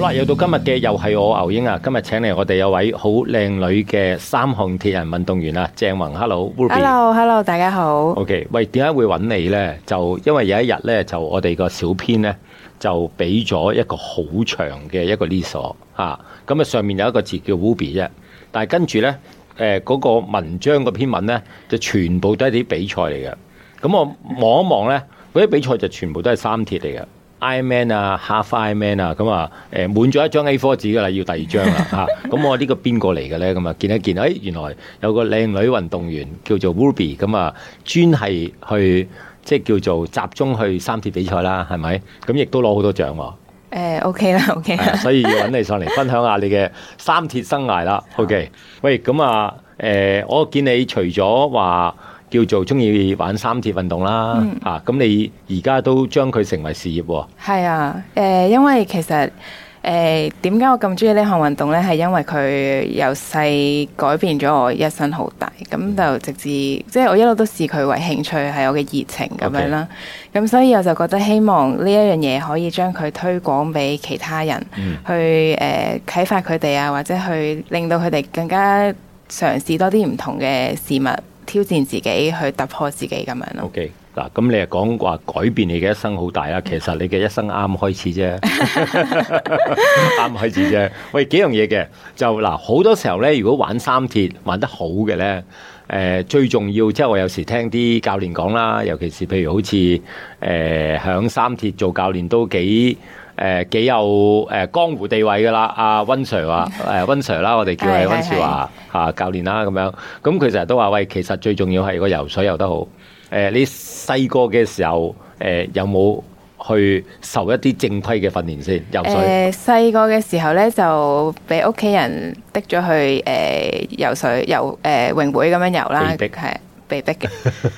啦，又到今日嘅又係我牛英啊！今日請嚟我哋有位好靚女嘅三項鐵人運動員啊，鄭宏，hello，Ruby。 Hello，Hello，大家好。 OK，喂，點解會揾你呢？就因為有一日呢，就我哋個小編呢，就俾咗一個好長嘅一個 list 嚇，啊咁啊上面有一個字叫 Ruby 啫，但係跟住呢，誒、嗰、個文章個篇文呢，就全部都係啲比賽嚟嘅。咁我望一望呢，嗰啲比賽就全部都係三鐵嚟嘅。Ironman 啊，Half Ironman 啊，咁啊，誒滿咗一張 A4 紙㗎啦，要第二張啦嚇。咁、我呢個邊個嚟嘅咧？咁啊，見一見，誒、原來有個靚女運動員叫做 Ruby，咁啊，專係去即係叫做集中去三鐵比賽啦，係咪？咁亦都攞好多獎喎、誒，OK 呃啦，OK 係啊啦。所以要揾你上嚟分享下你嘅三鐵生涯啦。OK，喂，咁啊，誒、我見你除咗話叫做中意玩三鐵運動啦，啊，咁你而家都將佢成為事業喎。係啊，誒，因為其實誒點解我咁中意呢項運動呢？係因為佢由細改變咗我一生好大，嗯咁就直至即係我一路都視佢為興趣係我嘅熱情咁 OK 樣啦。咁所以我就覺得希望呢一樣嘢可以將佢推廣俾其他人，嗯去誒啟發佢哋啊，或者去令到佢哋更加嘗試多啲唔同嘅事物，挑戰自己，去突破自己咁樣咯 O。K，嗱，咁你係講話改變你嘅一生好大啦，其實你嘅一生啱開始 啫，啱開始啫。喂，幾樣嘢嘅，就嗱，好多時候咧，如果玩三鐵玩得好嘅咧，誒、最重要即係我有時聽啲教練講啦，尤其是譬如好似誒響三鐵做教練都幾。誒幾有誒江湖地位㗎啦，阿温 Sir 話誒温 Sir 啦，我哋叫佢係温係 Sir 話。啊教練啦咁樣。咁佢成日都話：喂，其實最重要係個游水游得好。誒、你細個嘅時候，誒、有冇去受一啲正規嘅訓練先游水？誒呃細個嘅時候咧，就俾屋企人逼咗去誒、呃游水游誒、呃泳會咁樣游啦，被逼係被 逼嘅，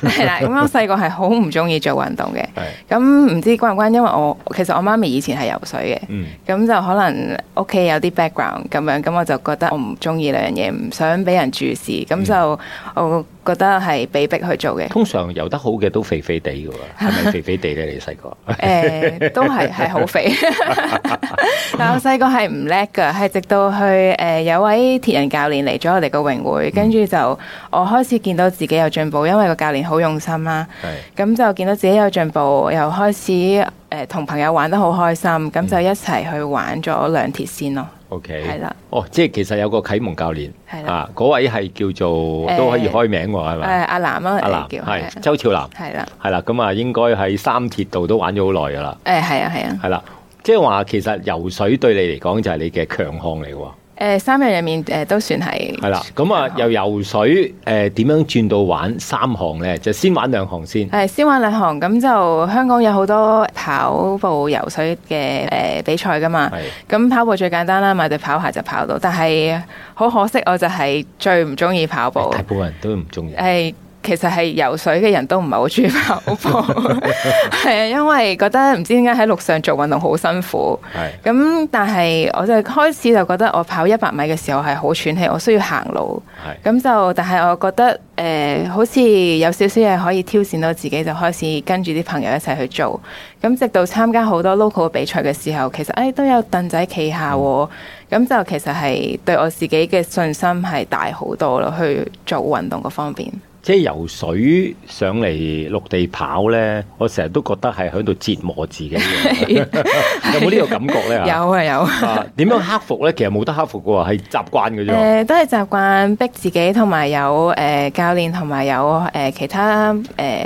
係啦。咁我細個係好唔中意做運動嘅，係咁唔知關唔關？因為我其實我媽咪以前係游水嘅，嗯咁、就可能屋企有啲 background 咁樣，咁我就覺得我唔中意呢樣嘢，唔想俾人注視，咁嗯就我覺得係被逼去做嘅。通常游得好嘅都肥肥地㗎喎，係 咪肥肥地咧？你細個？誒、都 係係好肥， 但我細個係唔叻噶，係直到去誒、有位鐵人教練嚟咗我哋個泳嗯會，跟住就我開始見到自己有進步，因為個教練好用心啦。係咁就見到自己有進步，又開始誒同、朋友玩得好開心，咁嗯就一齊去玩咗兩鐵線咯。 OK。係啦。哦，即係其實有個啟蒙教練。係啦啊，嗰位係叫做都可以開名喎，係誒、咪？阿南啦，阿南叫係係周少南，係啦，係啦，咁啊應該喺三鐵度都玩咗好耐㗎啦，誒係啊係啊，係啦，即係話其實游水對你嚟講就係你嘅強項嚟喎。誒、三樣入面誒、都算係係啦，咁啊由游水誒點、樣轉到玩三項咧？就先玩兩項先。係先玩兩行，咁就香港有好多跑步、游水嘅誒、呃比賽噶嘛。係咁跑步最簡單啦，買對跑鞋就跑到。但係好可惜，我就係最唔中意跑步大。部分人都唔中意。係其實係游水嘅人都唔係好中意跑步， 係啊，因為覺得唔知點解喺陸上做運動好辛苦。係咁但係我就開始就覺得我跑一百米嘅時候係好喘氣，我需要行路。係咁就，但係我覺得誒、呃好似有少少嘢可以挑戰到自己，就開始跟住啲朋友一齊去做。咁直到參加好多 local 嘅比賽嘅時候，其實誒、哎都有凳仔企下喎。咁就其實係對我自己嘅信心係大好多咯，去做運動嗰方面。即係游水上嚟陸地跑咧，我成日都覺得係喺度折磨自己嘅。 有冇呢個感覺咧？ 有啊有啊。啊，點樣克服咧？其實冇得克服嘅喎，係習慣嘅誒、啫。呃都係習慣逼自己，同埋有誒、呃教練，同埋有誒、呃其他誒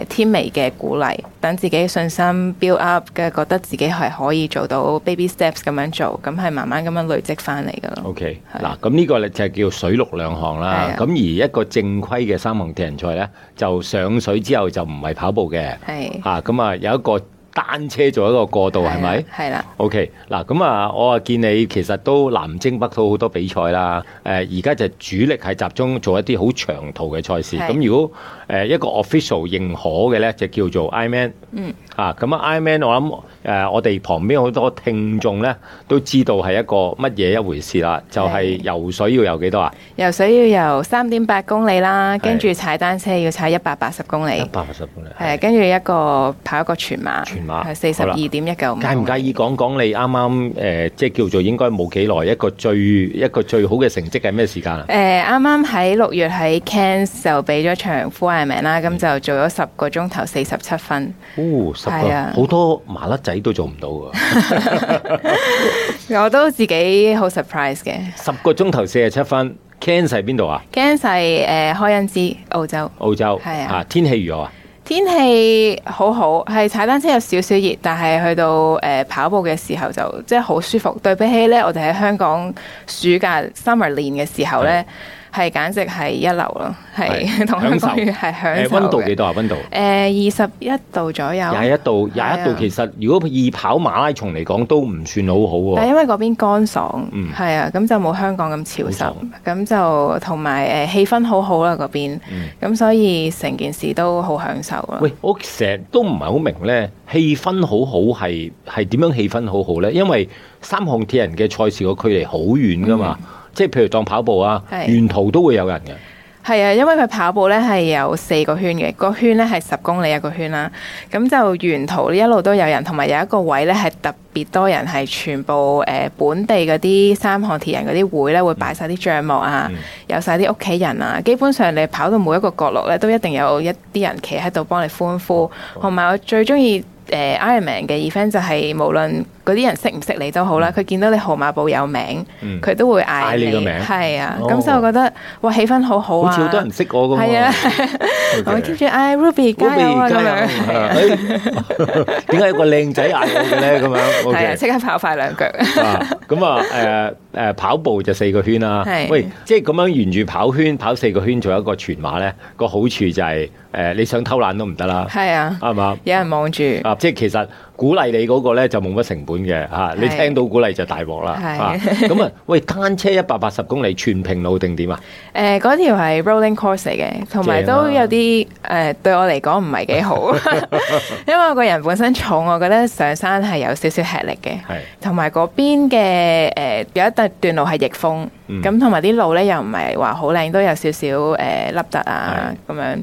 team 微嘅鼓勵，等自己信心 build up 嘅，覺得自己係可以做到 baby steps 咁樣做，咁係慢慢咁樣累積翻嚟噶咯。 O K，係嗱，咁呢個咧就係叫水陸兩項啦係。啊咁而一個正規嘅三項鐵人賽咧，就上水之後就唔係跑步嘅。係啊，咁啊有一個單車做一個過渡，係咪？係啊啦， ？OK，嗱咁啊，我啊見你其實都南征北討好多比賽啦。誒而家就主力係集中做一啲好長途嘅賽事。係咁如果誒、一個 official 認可嘅咧，就叫做 Ironman。嗯。啊，咁啊 Ironman，我諗誒、我哋旁邊好多聽眾咧都知道係一個乜嘢一回事啦，就係、係游水要游幾多啊？游水要游三點八公里啦，係跟住踩單車要踩一百八十公里一，百八十公里。係啊，跟住一個跑一個全馬，全全馬係四十好啦二點一九五。介唔介意講講你啱啱誒，即係叫做應該冇幾耐一個最一個最好嘅成績係咩時間啊？誒呃啱啱喺六月喺 Cairns 就俾咗場 full Ironman 啦，咁就做咗十個鐘頭四十七分。哦，十係啊個好多麻甩仔都做唔到㗎，我都自己好 surprise 嘅。 十個鐘頭四十七分。Cairns 係邊度啊？ Cairns 係呃誒開恩茲澳洲，澳洲係啊嚇天氣如何啊？天氣好好，係踩單車有少少熱，但係去到誒、呃跑步嘅時候就即係好舒服。對比起咧，我哋喺香港暑假 summer 練嘅時候咧，係簡直係一流咯，係 同香港係享誒受温度幾嘅。多啊？温度誒二十一度左右，廿一度，廿一度係啊其實如果以跑馬拉松嚟講都唔算好好喎。但係啊因為嗰邊乾爽，嗯係啊，咁就冇香港咁潮濕好，咁就同埋誒氣氛好好啦嗰邊，咁、嗯所以成件事都好享受咯。喂，我成日都唔係好明呢，氣氛好好係係點樣氣氛好好呢？因為三項鐵人嘅賽事個距離好遠㗎嘛，即係譬如當跑步啊，嗯係沿途都會有人嘅。係啊，因為佢跑步咧係有四個圈嘅，個圈咧係十公里一個圈啦。咁就沿途一路都有人，同埋有一個位咧係特別多人，係全部誒、呃本地嗰啲三項鐵人嗰啲會咧會擺晒啲帳幕啊，有晒啲屋企人啊。基本上你跑到每一個角落咧，都一定有一啲人企喺度幫你歡呼。同埋我最中意。誒 Ironman 嘅 event 就係無論嗰啲人識唔識你都好啦，佢見到你號碼簿有名嗯，佢、都會嗌嗌你你，個名係啊，哦咁、所以我覺得哇氣氛好好啊，好似好多人識我咁喎。係啊 OK，我 keep 住嗌 Ruby 加油啊咁 樣，加油哎點解有個靚仔嗌我嘅咧？咁 樣係啊， OK 即刻跑快兩腳。 啊咁啊誒誒跑步就四個圈啦。係喂，即係咁樣沿住跑圈跑四個圈做一個全馬咧，個好處就係誒你想偷懶都唔得啦，係啊，啱唔啱？有人望住，啊，即係其實鼓勵你嗰個咧就冇乜成本嘅嚇、啊你係聽到鼓勵就大鑊啦係嚇。咁啊，喂，單車一百八十公里全平路定點啊？誒呃嗰條係 rolling course 嚟嘅，同埋正啊都有啲誒對我嚟講唔係 幾好， 因為我個人本身重，我覺得上山係有少少吃力嘅。係同埋嗰邊嘅誒、呃有一段段路係逆風，嗯咁同埋啲路咧又唔係話好靚，都有少少誒凹凸啊咁樣，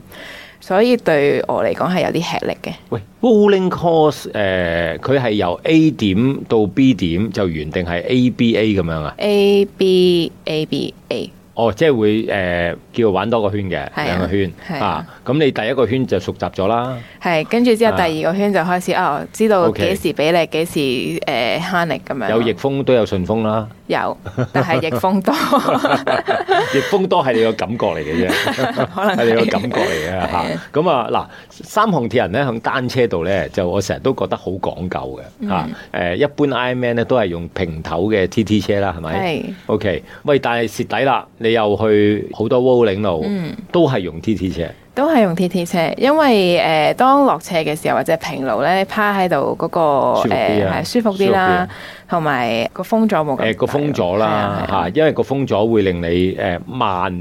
所以對我嚟講係有啲吃力嘅。喂，rolling course 誒、佢係由 A 點到 B 點就原定係 A B A 咁樣啊？ A B A B A 哦，即係會誒、呃叫玩多個圈嘅啊兩個圈係啊啊！咁你第一個圈就熟習咗啦，係，跟住之後啊第二個圈就開始哦，知道 OK 幾時俾力，幾時誒慳力咁樣。有逆風都有順風 啦， 有，但係逆風多，逆風多係你個感覺嚟嘅啫。 可能係你個感係覺 嚟嘅嚇。咁啊嗱，三項鐵人咧喺單車度咧，就我成日都覺得好講究嗯嘅嚇。誒，一般 Ironman 咧都係用平頭嘅 TT 車 啦，係咪？係 OK，喂，但係蝕底啦，你又去好多 rolling 路，嗯都係用 TT 車。都係用 T T 車，因為誒、呃、當落斜嘅時候或者平路咧，趴喺度嗰個舒服啲誒啊係舒服啲舒服啲啊啦，同埋個風阻冇咁大誒個風阻啦係啊係啊嚇，因為個風阻會令你誒慢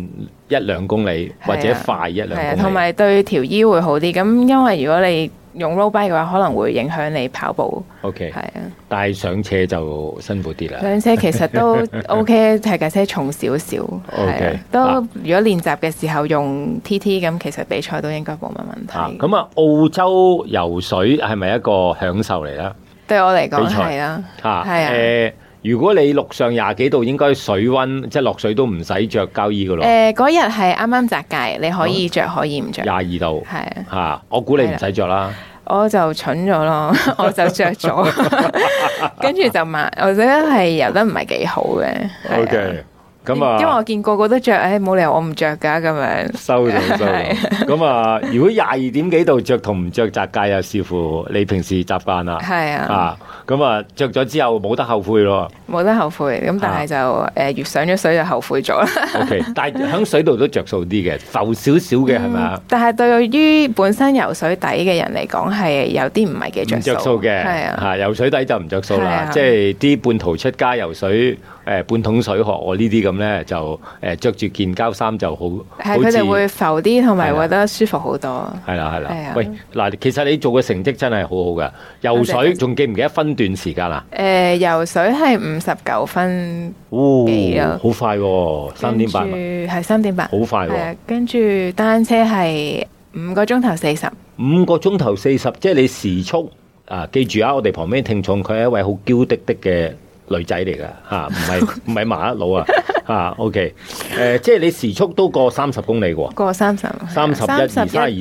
一兩公里係或啊者快一係啊，兩同公里。埋對條腰會好啲。咁因為如果你用 road bike 嘅話，可能會影響你跑步。 OK，係啊，但係上車就辛苦啲啦。兩車其實都 OK，係架車重少少，係啊 OK，都啊如果練習嘅時候用 TT 咁，其實比賽都應該冇乜問啊，題。咁啊，澳洲游水係咪一個享受嚟啦？對我嚟講比賽係啦，嚇係啊誒，如果你陸上廿幾度，應該水温即係落水都唔使着膠衣噶咯，誒嗰日係啱啱擲界，你可以着可以唔着，廿二度係啊，嚇，我估你唔使着啦。我就蠢咗咯， 我就着 咗，跟住就慢，我覺得係游得唔係幾好嘅。係啊咁因為我啊，見個個都着，誒冇理由我唔着㗎咁樣。收 到收到。咁啊，如果廿二點幾度着同唔着窄界又視乎你平時習慣啦。係啊，啊，咁啊，着咗之後冇得後 悔咯。冇得後悔，啊咁但係就誒越上咗水就後悔咗啦。 OK，但係喺水度都着數啲嘅，浮少少嘅係咪啊？ 但係對於本身游水底嘅人嚟講，係有啲唔係幾唔着數嘅，係啊，嚇游水底就唔着數係啦啊，即係啲半途出家游水，誒半桶水學我呢啲咁咧，就誒着住件膠衫就好，係好佢似哋會浮啲，同係埋啊覺得舒服好多。係啦係係啦啊。喂，嗱，其實你做嘅成績真係好好㗎，游多謝水多謝仲記唔記得分段時間啊？誒、呃游水係五十九分，哦記啊，好快喎，三點八跟住，係三點八，好快係喎啊，跟住單車係五個鐘頭四十，五個鐘頭四十，即係你時速啊，記住啊，我哋旁邊聽眾佢係一位好嬌滴滴嘅女仔嚟㗎啊嚇，唔 係唔係麻甩佬啊嚇。OK，誒、即係你時速都過三十公里喎。過三十， 31 32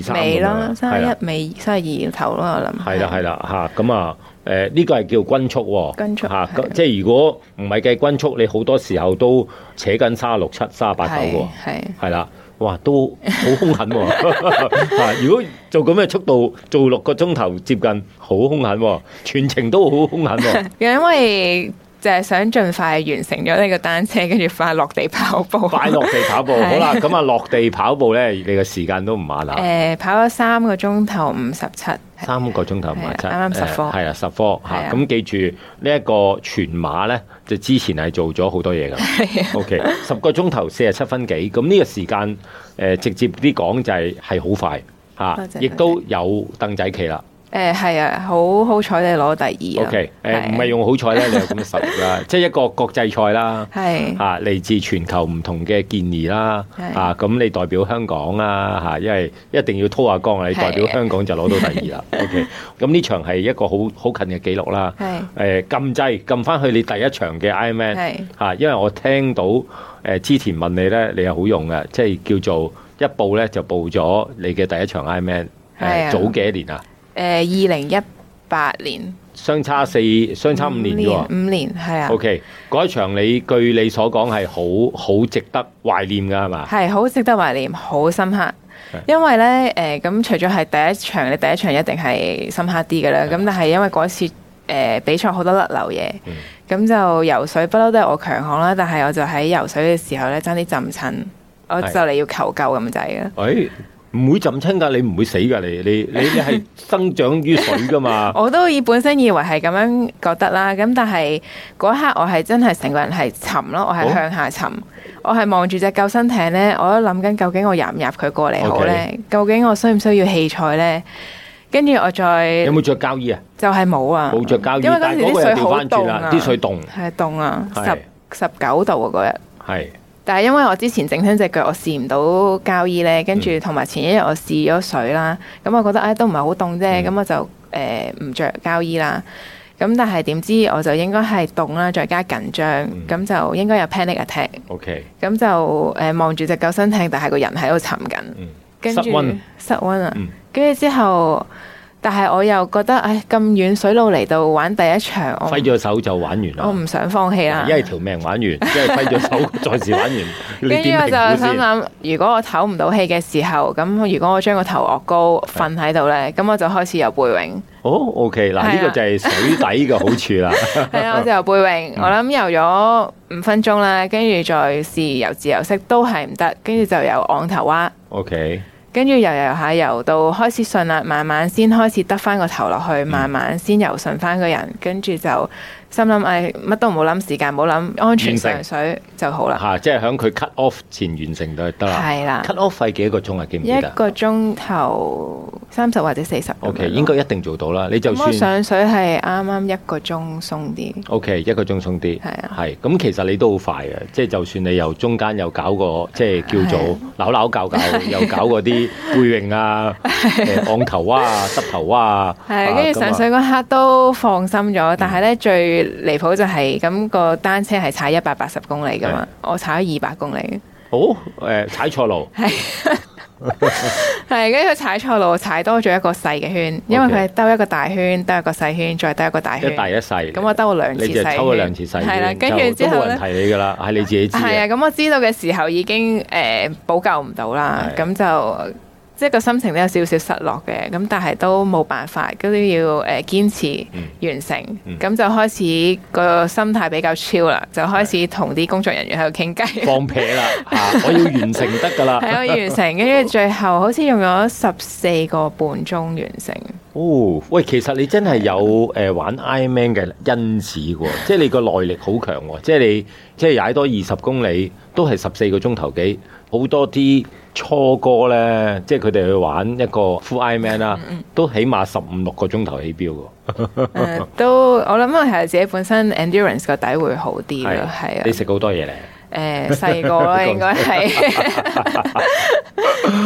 33咁樣係尾咯，啦三一尾三二頭咯，我諗係啦，係啦，嚇咁啊，誒呢個係叫均速喎，均速嚇，係咁即係如果唔係計均速，你好多時候都扯緊三六七、三八九喎係，係係啦，哇，都好兇狠 喎，嚇！如果做咁嘅速度做六個鐘頭接近，好兇狠喎，全程都好兇狠 喎，因為就係想盡快完成咗呢個單車，跟住快落地跑步。快啊落地跑步，係好啦，咁啊落地跑步咧，你嘅時間都唔慢啦。诶、呃跑咗三個鐘頭五十七，三個鐘頭唔係七，係啊啱啱十科誒係啊十科係嚇。啊咁記住呢一個全馬咧，就之前係做咗好多 嘢㗎啊啦。O K，十個鐘頭四十七分幾，咁呢個時間誒直接啲講就係係好快多嚇，謝亦都有凳仔企啦。诶係啊，好好彩你攞第 O 二啊。 K，誒呃唔係係用好彩 咧，你有咁嘅實力啦，即係一個國際賽啦。係啊，嚟自全球唔同嘅建議啦，係啊，咁你代表香港啦，嚇、因為一定要拖下江啊，你係代表香港就攞到 第二啦。OK，咁呢場係一個好好近嘅記錄啦。誒、係撳掣撳翻去你第一場嘅 Ironman 係嚇、因為我聽到誒、之前問你咧，你係好用嘅，即係叫做一報咧就報咗你嘅第一場 Ironman 誒、係啊早幾多年啊？诶，呃二零一八年，相差四相差五年啫喎五。年係啊 O，K，嗰一場你據你所講係好好值得懷念㗎係嘛？係好值得懷念，好深刻係。因為咧，诶咁除咗係第一場，你第一場一定係深刻啲嘅啦。咁但係因為嗰次诶比賽好多甩漏嘢，嗯咁就游水不嬲都係我強項啦。但係我就喺游水嘅時候咧，爭啲浸親，我係就嚟要求救咁滯啦。诶、唔會浸親㗎，你唔會死㗎，你你你你 係生長於水㗎 嘛？ 我都以本身以為係咁樣覺得啦，咁但係嗰一刻我係真係成個人係沉咯，我哦係向下沉，我係望住只救生艇呢，我都諗緊究竟我入唔入佢過嚟好呢 OK 究竟我需唔需要器材呢？跟住我再有冇着膠衣啊？就係冇啊，冇着膠衣，因為嗰但時係嗰啲個水又調好翻轉凍啦啊，，啲水凍係凍啊，係十十九度啊嗰日。係但係因為我之前整親只腳，我試唔到膠衣咧，跟嗯住同埋前一日我試咗水啦，咁我覺得唉、都唔係好凍啫，嗯咁、我就誒唔着膠衣啦。咁但係點知我就應該係凍啦，再加緊張，嗯咁、就應該有 panic attack， OK。咁就誒望住只救生艇，但係個人喺度沉緊，嗯跟住失溫失温啊嗯，跟住、之後，但係我又覺得唉咁遠水路嚟到玩第一場，我揮唔咗手就玩完我啦，唔想放棄啦一。係條命 玩完，一係揮咗手再是玩完，你跟住點我評就估心先？諗，如果我唞唔到氣嘅時候，咁如果我將個頭昂高瞓喺度咧，咁我就開始游背泳。哦，OK，係嗱，啊呢個就係水底嘅好處 啦。係啊，我就游背泳，我諗游咗五分鐘啦，跟住再試游自由式都係唔得，跟住就游昂頭蛙， OK，啊跟住游游下游到開始順啦，慢慢先開始得翻個頭落去，慢慢先游順翻個人，跟住就心諗誒乜都唔好諗時間，唔好諗安全完成上水就好啦。嚇，即係喺佢 cut off 前完成就得啦。係啦 cut off 費幾多個鐘啊？記唔記一得個鐘頭三十或者四十。 ？O K，應該一定做到啦。你就咁我算上水係啱啱一個鐘鬆啲， O、k 一個鐘鬆啲，係啊係咁其實你都好快嘅，即係就算你由中間又搞個即係叫做係扭扭搞 搞，又搞嗰啲背泳啊、誒昂頭蛙啊、濕頭蛙啊，係啊嗯跟住上水嗰刻都放心咗，但係咧最離譜就係咁個單車係踩一百八十公里噶嘛，我踩咗二百公里，咁啊好誒踩錯路，係跟住佢踩錯路，踩多咗一個細嘅圈，因為佢係兜一個大圈，兜一個細圈，再兜一個大圈，一大一咁細，我兜咗兩次你就細圈，抽咗兩次細圈，係啦，跟就住之都後冇人咧。提你㗎啦，係你自己知係啊，嘅。咁我知道嘅時候已經誒、呃補救唔到啦，係咁就即係個心情都有少少失落嘅，咁但係都冇辦法，都要誒、呃、堅持嗯完成，咁、就開始個心態比較超啦，就開始同啲工作人員喺度 傾偈。放屁啦！嚇，我要完成得㗎啦。 係啊，完成，跟住最後好似用咗十四個半鐘完 成。哦，喂，其實你真係有誒、呃玩 Ironman 嘅因子喎， 即係你個耐力好強喎，即係你即係踩多二十公里都係十四個鐘頭幾，好多啲初哥咧，即係佢哋去玩一個 full Ironman 啦，嗯都起碼十五六個鐘頭起標喎。誒、呃都我諗我係自己本身 endurance 個底會好啲咯，係你啊，呃食好多嘢咧。 誒細個咯應該係。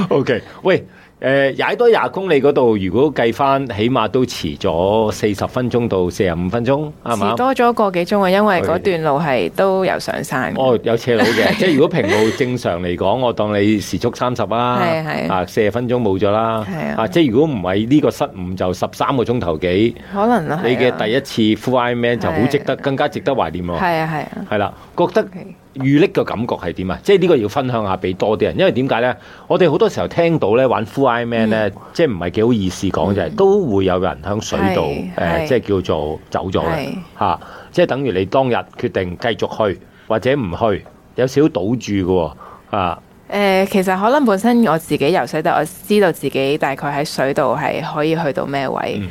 OK，喂，誒踩多廿公里嗰度，如果計翻，起碼都遲咗四十分鐘到四十五分鐘，啱唔遲啱？多咗個幾鐘啊，因為嗰段路係都有上山。哦，有斜路 嘅，即係如果平路正常嚟講，我當你時速三十啦，係係啊四十分鐘冇咗啦係，啊啊即係如果唔係呢個失誤就十三個鐘頭幾，可能啊，你嘅第一次 Full Iron Man 就好值得，更加值得懷念喎。係啊係啊係啦，覺得，OK，遇溺嘅感覺係點啊？即係呢個要分享下俾多啲人，因為點解咧？我哋好多時候聽到咧玩 Full Iron Man 嗯咧，即係唔係幾好意思講就係都會有人響水度誒，係係即係叫做走咗嘅係嚇，即係等於你當日決定繼續去或者唔去，有少少賭注嘅喎啊，誒、其實可能本身我自己游水，但我知道自己大概喺水度係可以去到咩位。嗯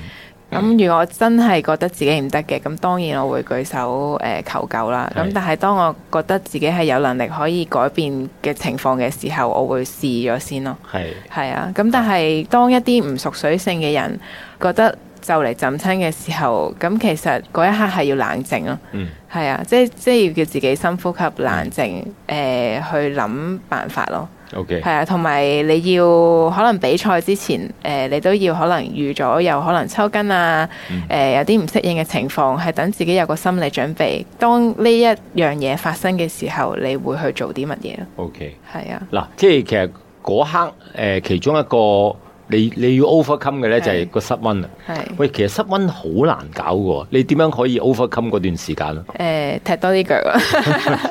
咁、如果我真係覺得自己唔得嘅，咁當然我會舉手誒、求救啦。咁係但係當我覺得自己係有能力可以改變嘅情況嘅時候，我會試咗先咯。係係啊，咁但係當一啲唔熟水性嘅人覺得就嚟浸親嘅時候，咁其實嗰一刻係要冷靜咯。嗯係啊，即係即係要叫自己深呼吸、冷靜，誒、去諗辦法咯。 OK 係啊，同埋你要可能比賽之前，誒、你都要可能預咗有可能抽筋啊，誒、有啲唔適應嘅情況，係等自己有個心理準備。當呢一樣嘢發生嘅時候，你會去做啲乜嘢咯？ OK 係啊，嗱，即係其實嗰刻誒其中一個你你要 overcome 嘅咧就係係個失溫啦。係喂，其實失溫好難搞嘅喎，你點樣可以 overcome 嗰段時間啊？誒、踢多啲腳啊，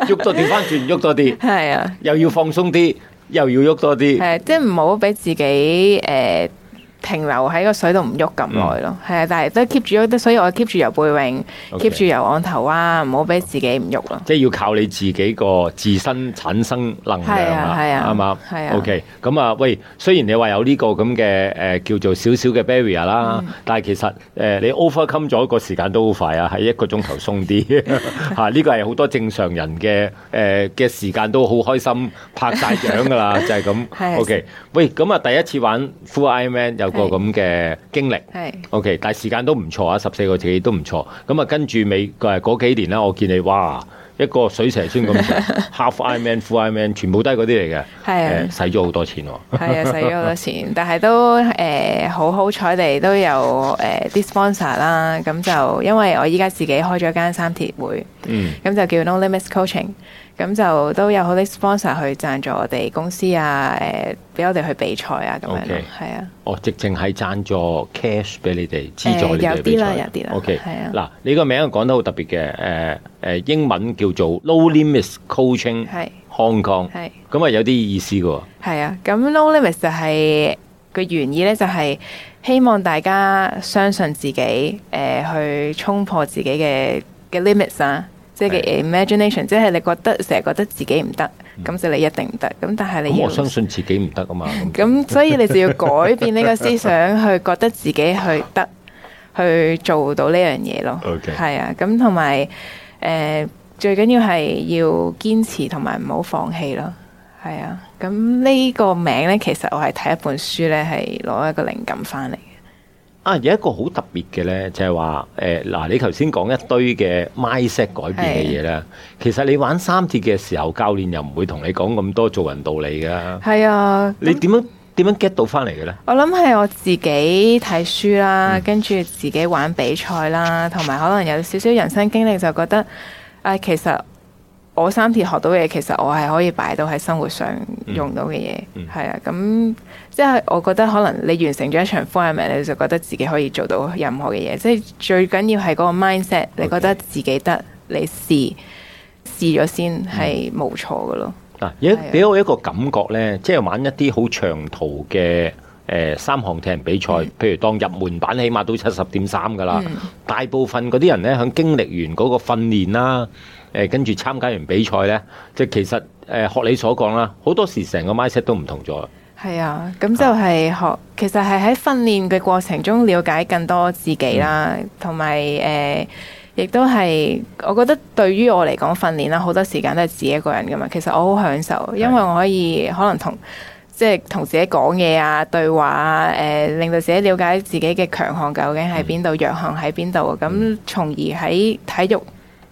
喐多調翻轉，喐多啲， 係啊。又要放鬆啲，又要喐多啲。係即係唔好俾自己诶停留喺個水度唔喐咁嗯耐咯。係啊、但係都 keep 住喐，所以我 keep 住游背泳 OK ，keep 住游岸頭啊，唔好俾自己唔喐咯。即係要靠你自己個自身產生能係量啊係啊，啊啱唔啱？係啊 OK，咁啊，喂，雖然你話有呢個咁嘅誒叫做少少嘅 barrier 啦，嗯但係其實誒、呃你 overcome 咗個時間都好快啊，係一個鐘頭鬆啲 嚇，呢個係好多正常人嘅誒嘅時間都好開心拍晒掌㗎啦，就係 係咁。OK，喂，咁啊第一次玩 Full Ironman 有個係咁嘅經歷。係 O.K.，但係時間都唔錯啊，十四個自己都唔錯。咁啊，跟住尾誒嗰幾年啦，我見你哇一個水蛇 村咁長，half Ironman、full Ironman，全部都係嗰啲嚟嘅。係啊誒使咗好多錢喎。 係啊，使咗好多錢，但係都诶好好彩地都有诶啲 sponsor 啦。咁就因為我依家自己開咗間三鐵會，嗯咁就叫 No Limits Coaching。咁就都有好啲 sponsor 去贊助我哋公司啊，诶俾我哋去比賽啊，咁樣咯 OK，係啊。哦，直情係贊助 cash 俾你哋資助誒你哋有啲比賽啦有啲啦 O.K. 係啊嗱，你個名講得好特別嘅，誒誒英文叫做 Low Limits Coaching 係 Hong Kong，係咁啊有啲意思嘅喎。係啊，咁 No Limits 就係、個原意咧，就係希望大家相信自己，誒、去衝破自己嘅嘅 limits 啊，即係嘅 imagination，即係你覺得成日覺得自己唔得，咁就你一定唔得，咁但係你嗯咁要我。相信自己唔得啊嘛。咁咁所以你就要改變呢個思想，去覺得自己去得，去做到呢樣嘢咯。係 OK 啊，咁同埋誒最緊要係要堅持同埋唔好放棄咯。係啊，咁呢個名呢，其實我係睇一本書呢，係攞一個靈感翻嚟嘅。啊，有一個好特別嘅咧，就係話誒嗱，你頭先講一堆嘅 mindset 改變嘅嘢啦。其實你玩三鐵嘅時候，教練又唔會同你講咁多做人道理噶。係啊，你點樣點樣 get 到翻嚟嘅咧？我諗係我自己睇書嗯啦，跟住自己玩比賽啦，同埋可能有少少人生經歷，就覺得啊，其實我三鐵學到嘅嘢，其實我係可以擺到喺生活上用到嘅嘢，係、嗯啊，咁即係我覺得可能你完成咗一場 f o r m a 你就覺得自己可以做到任何嘅嘢，即係最緊要係嗰個 mindset，你覺得自己得，你試試咗先係嗯冇錯嘅咯，嗱，有係啊俾我一個感覺咧，即係玩一啲好長途嘅誒、呃三項踢人比賽，嗯譬如當入門版起碼都七十點三噶啦。大部分嗰啲人咧，響經歷完嗰個訓練啦，誒、跟住參加完比賽咧，即係其實誒、呃、學你所講啦，好多時成個 mindset 都唔同咗。係啊，咁就係學，其實係喺訓練嘅過程中了解更多自己啦，嗯同埋誒，亦都係我覺得對於我嚟講訓練啦，好多時間都係自己一個人噶嘛。其實我好享受，因為我可以可能同即係同自己講嘢啊、對話啊，誒、令到自己了嗯解自己嘅強項究竟喺邊度，弱項喺邊度，咁從而喺體育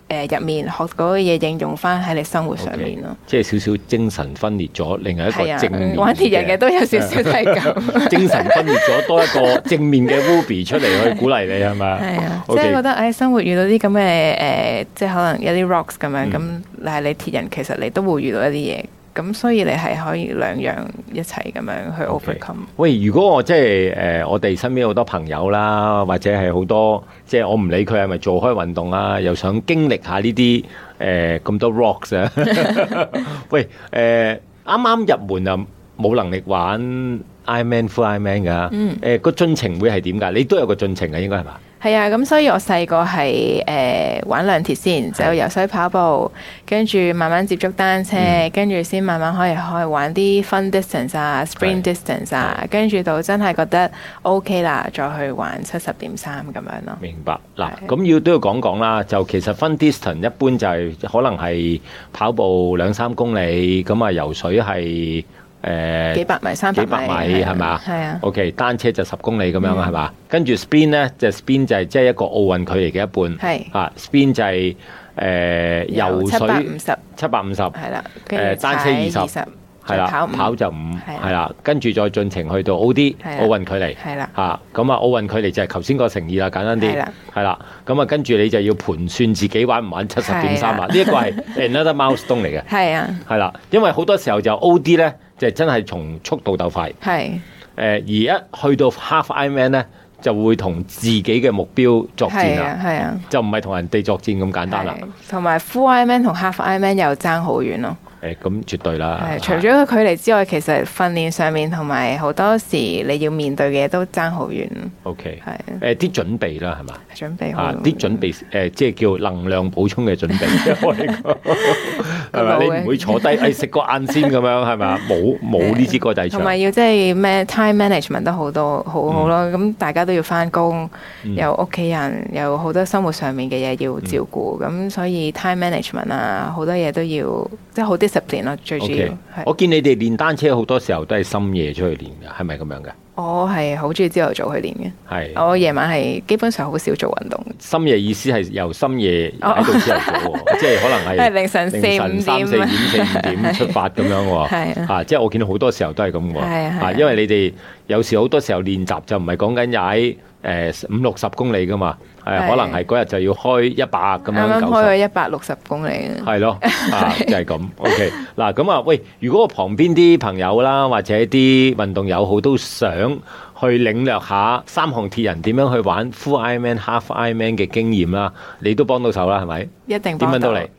誒入面學嗰個嘢應用翻喺你生活上面咯。即係少少精神分裂咗，另外一個係啊正面，玩鐵人嘅都有少少係咁。 精神分裂咗，多一個正面嘅 Ruby 出嚟去鼓勵你係咪？係啊，即哦 OK 係覺得誒生活遇到啲咁嘅誒，即係可能有啲 rocks 咁嗯樣，咁但係你鐵人其實你都會遇到一啲嘢，咁所以你係可以兩樣一齊咁樣去 overcome。喂，如果我即係誒、呃我哋身邊好多朋友啦，或者係好多即係我唔理佢係咪做開運動啊，又想經歷下呢啲誒咁多 rocks 啊。喂，誒啱啱入門啊，冇能力玩 Ironman、Full Ironman 㗎。嗯。誒個、進程會係點㗎？你都有個進程嘅，應該係嘛？係啊，咁所以我細個係誒玩兩鐵先，就由細跑步，跟住慢慢接觸單車，嗯跟住先慢慢可以去玩啲 fun distance 啊、係 sprint distance 啊，跟住到真係覺得 OK 啦，再去玩七十點三咁樣咯。明白嗱，係咁要都要講講啦。就其實分 distance 一般就係可能係跑步兩三公里，咁啊游水係誒、呃幾百米、三幾百百米係嘛係啊。嗯 OK，單車就十公里咁樣啊係嘛？跟住 spin 咧，就 spin 就係即係一個奧運距離嘅一半。係啊，spin 就係、誒、游七百水五十七百五十，係啦，誒跟住單車踩20 20係再跑啦，五跑就五，係啊係啦，跟住再進程去到 OD 係啊奧運距離。係啦，嚇，咁啊奧運距離就係頭先個乘二啦，簡單係啲啦，係啦，咁啊跟住你就要盤算自己玩唔玩七十點三啊，係啦呢一個係 another milestone 嚟嘅，係啊，係啦，因為好多時候就 OD 咧就真係從速度鬥快，誒、係呃而一去到 half Ironman 咧就會同自己嘅目標作戰係啦，啊，係啊。就唔係同人哋作戰咁簡單啦，係同埋 full Ironman 同 half Ironman 又爭好遠咯。誒咁、絕對啦係，，除咗個距離之外，其實訓練上面同埋好多時你要面對嘅嘢都爭好遠。 OK，誒係啲準備啦係嘛？準備好啊！啲準備誒、呃即係叫能量補充嘅準 備，我哋講係咪？冇嘅你唔會坐低誒食個晏先咁樣係咪啊？冇冇呢支歌仔唱同，埋要即係咩 time management 都好多好嗯好咯。咁、大家都要翻工，有屋企人，有好多生活上面嘅嘢要照嗯顧，咁、所以 time management 啊，好多嘢都要即係好 discipline 咯。最主 O 要 K，係我見你哋練單車好多時候都係深夜出去練嘅，係咪咁樣嘅？我係好中意朝頭早去練嘅。係我夜晚係基本上好少做運動，深夜意思係由深夜喺度朝頭早 喎，即係可能哦係係凌晨四凌五晨三四點、點。四五點出發咁樣 係喎。啊啊，即係我見到好多時候都係咁喎。係啊係啊，啊因為你哋有時好多時候練習就唔係講緊踩誒五六十公里噶嘛，誒係可能係嗰日就要開一百咁啱啱樣開九咗十。一百六十公里嘅，係 咯，啊，就係咁。OK，嗱咁啊，喂，如果我旁邊啲朋友啦，或者啲運動友好都想去領略下三項鐵人點樣去玩 full Ironman、half Ironman 嘅經驗啦，你都幫到手啦，係咪？一定點幫揾到到你？嗯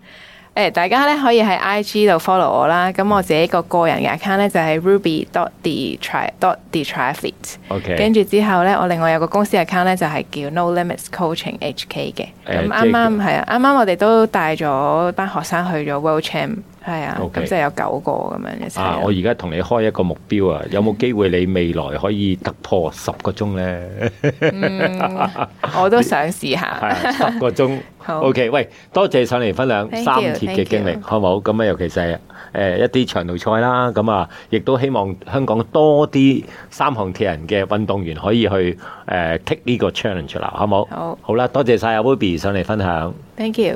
誒，大家咧可以喺 IG 度 follow 我啦。咁我自己個個人嘅 account 咧就係 ruby dot the tri dot the triathlete。 OK 跟住之後咧，我另外有個公司 account 咧就係叫 No Limits Coaching HK 嘅。誒咁即係啱啱係啊，啱啱我哋都帶咗班學生去咗 World Champ，係啊， OK 咁就有九個咁樣一齊啊！我咯。而家同你開一個目標啊，有冇機會你未來可以突破十個鐘呢？嗯 我都想試下。 係十個鐘。啊好 O K，喂，多謝上嚟分享 Thank you，三鐵嘅 thank 經歷 you，好冇？咁啊，尤其是係誒一啲長途賽啦，咁啊，亦都希望香港多啲三項鐵人嘅運動員可以去呃誒 take 呢個 challenge 啦，好冇？好好啦，多謝晒阿 Ruby 上嚟分享。 Thank you。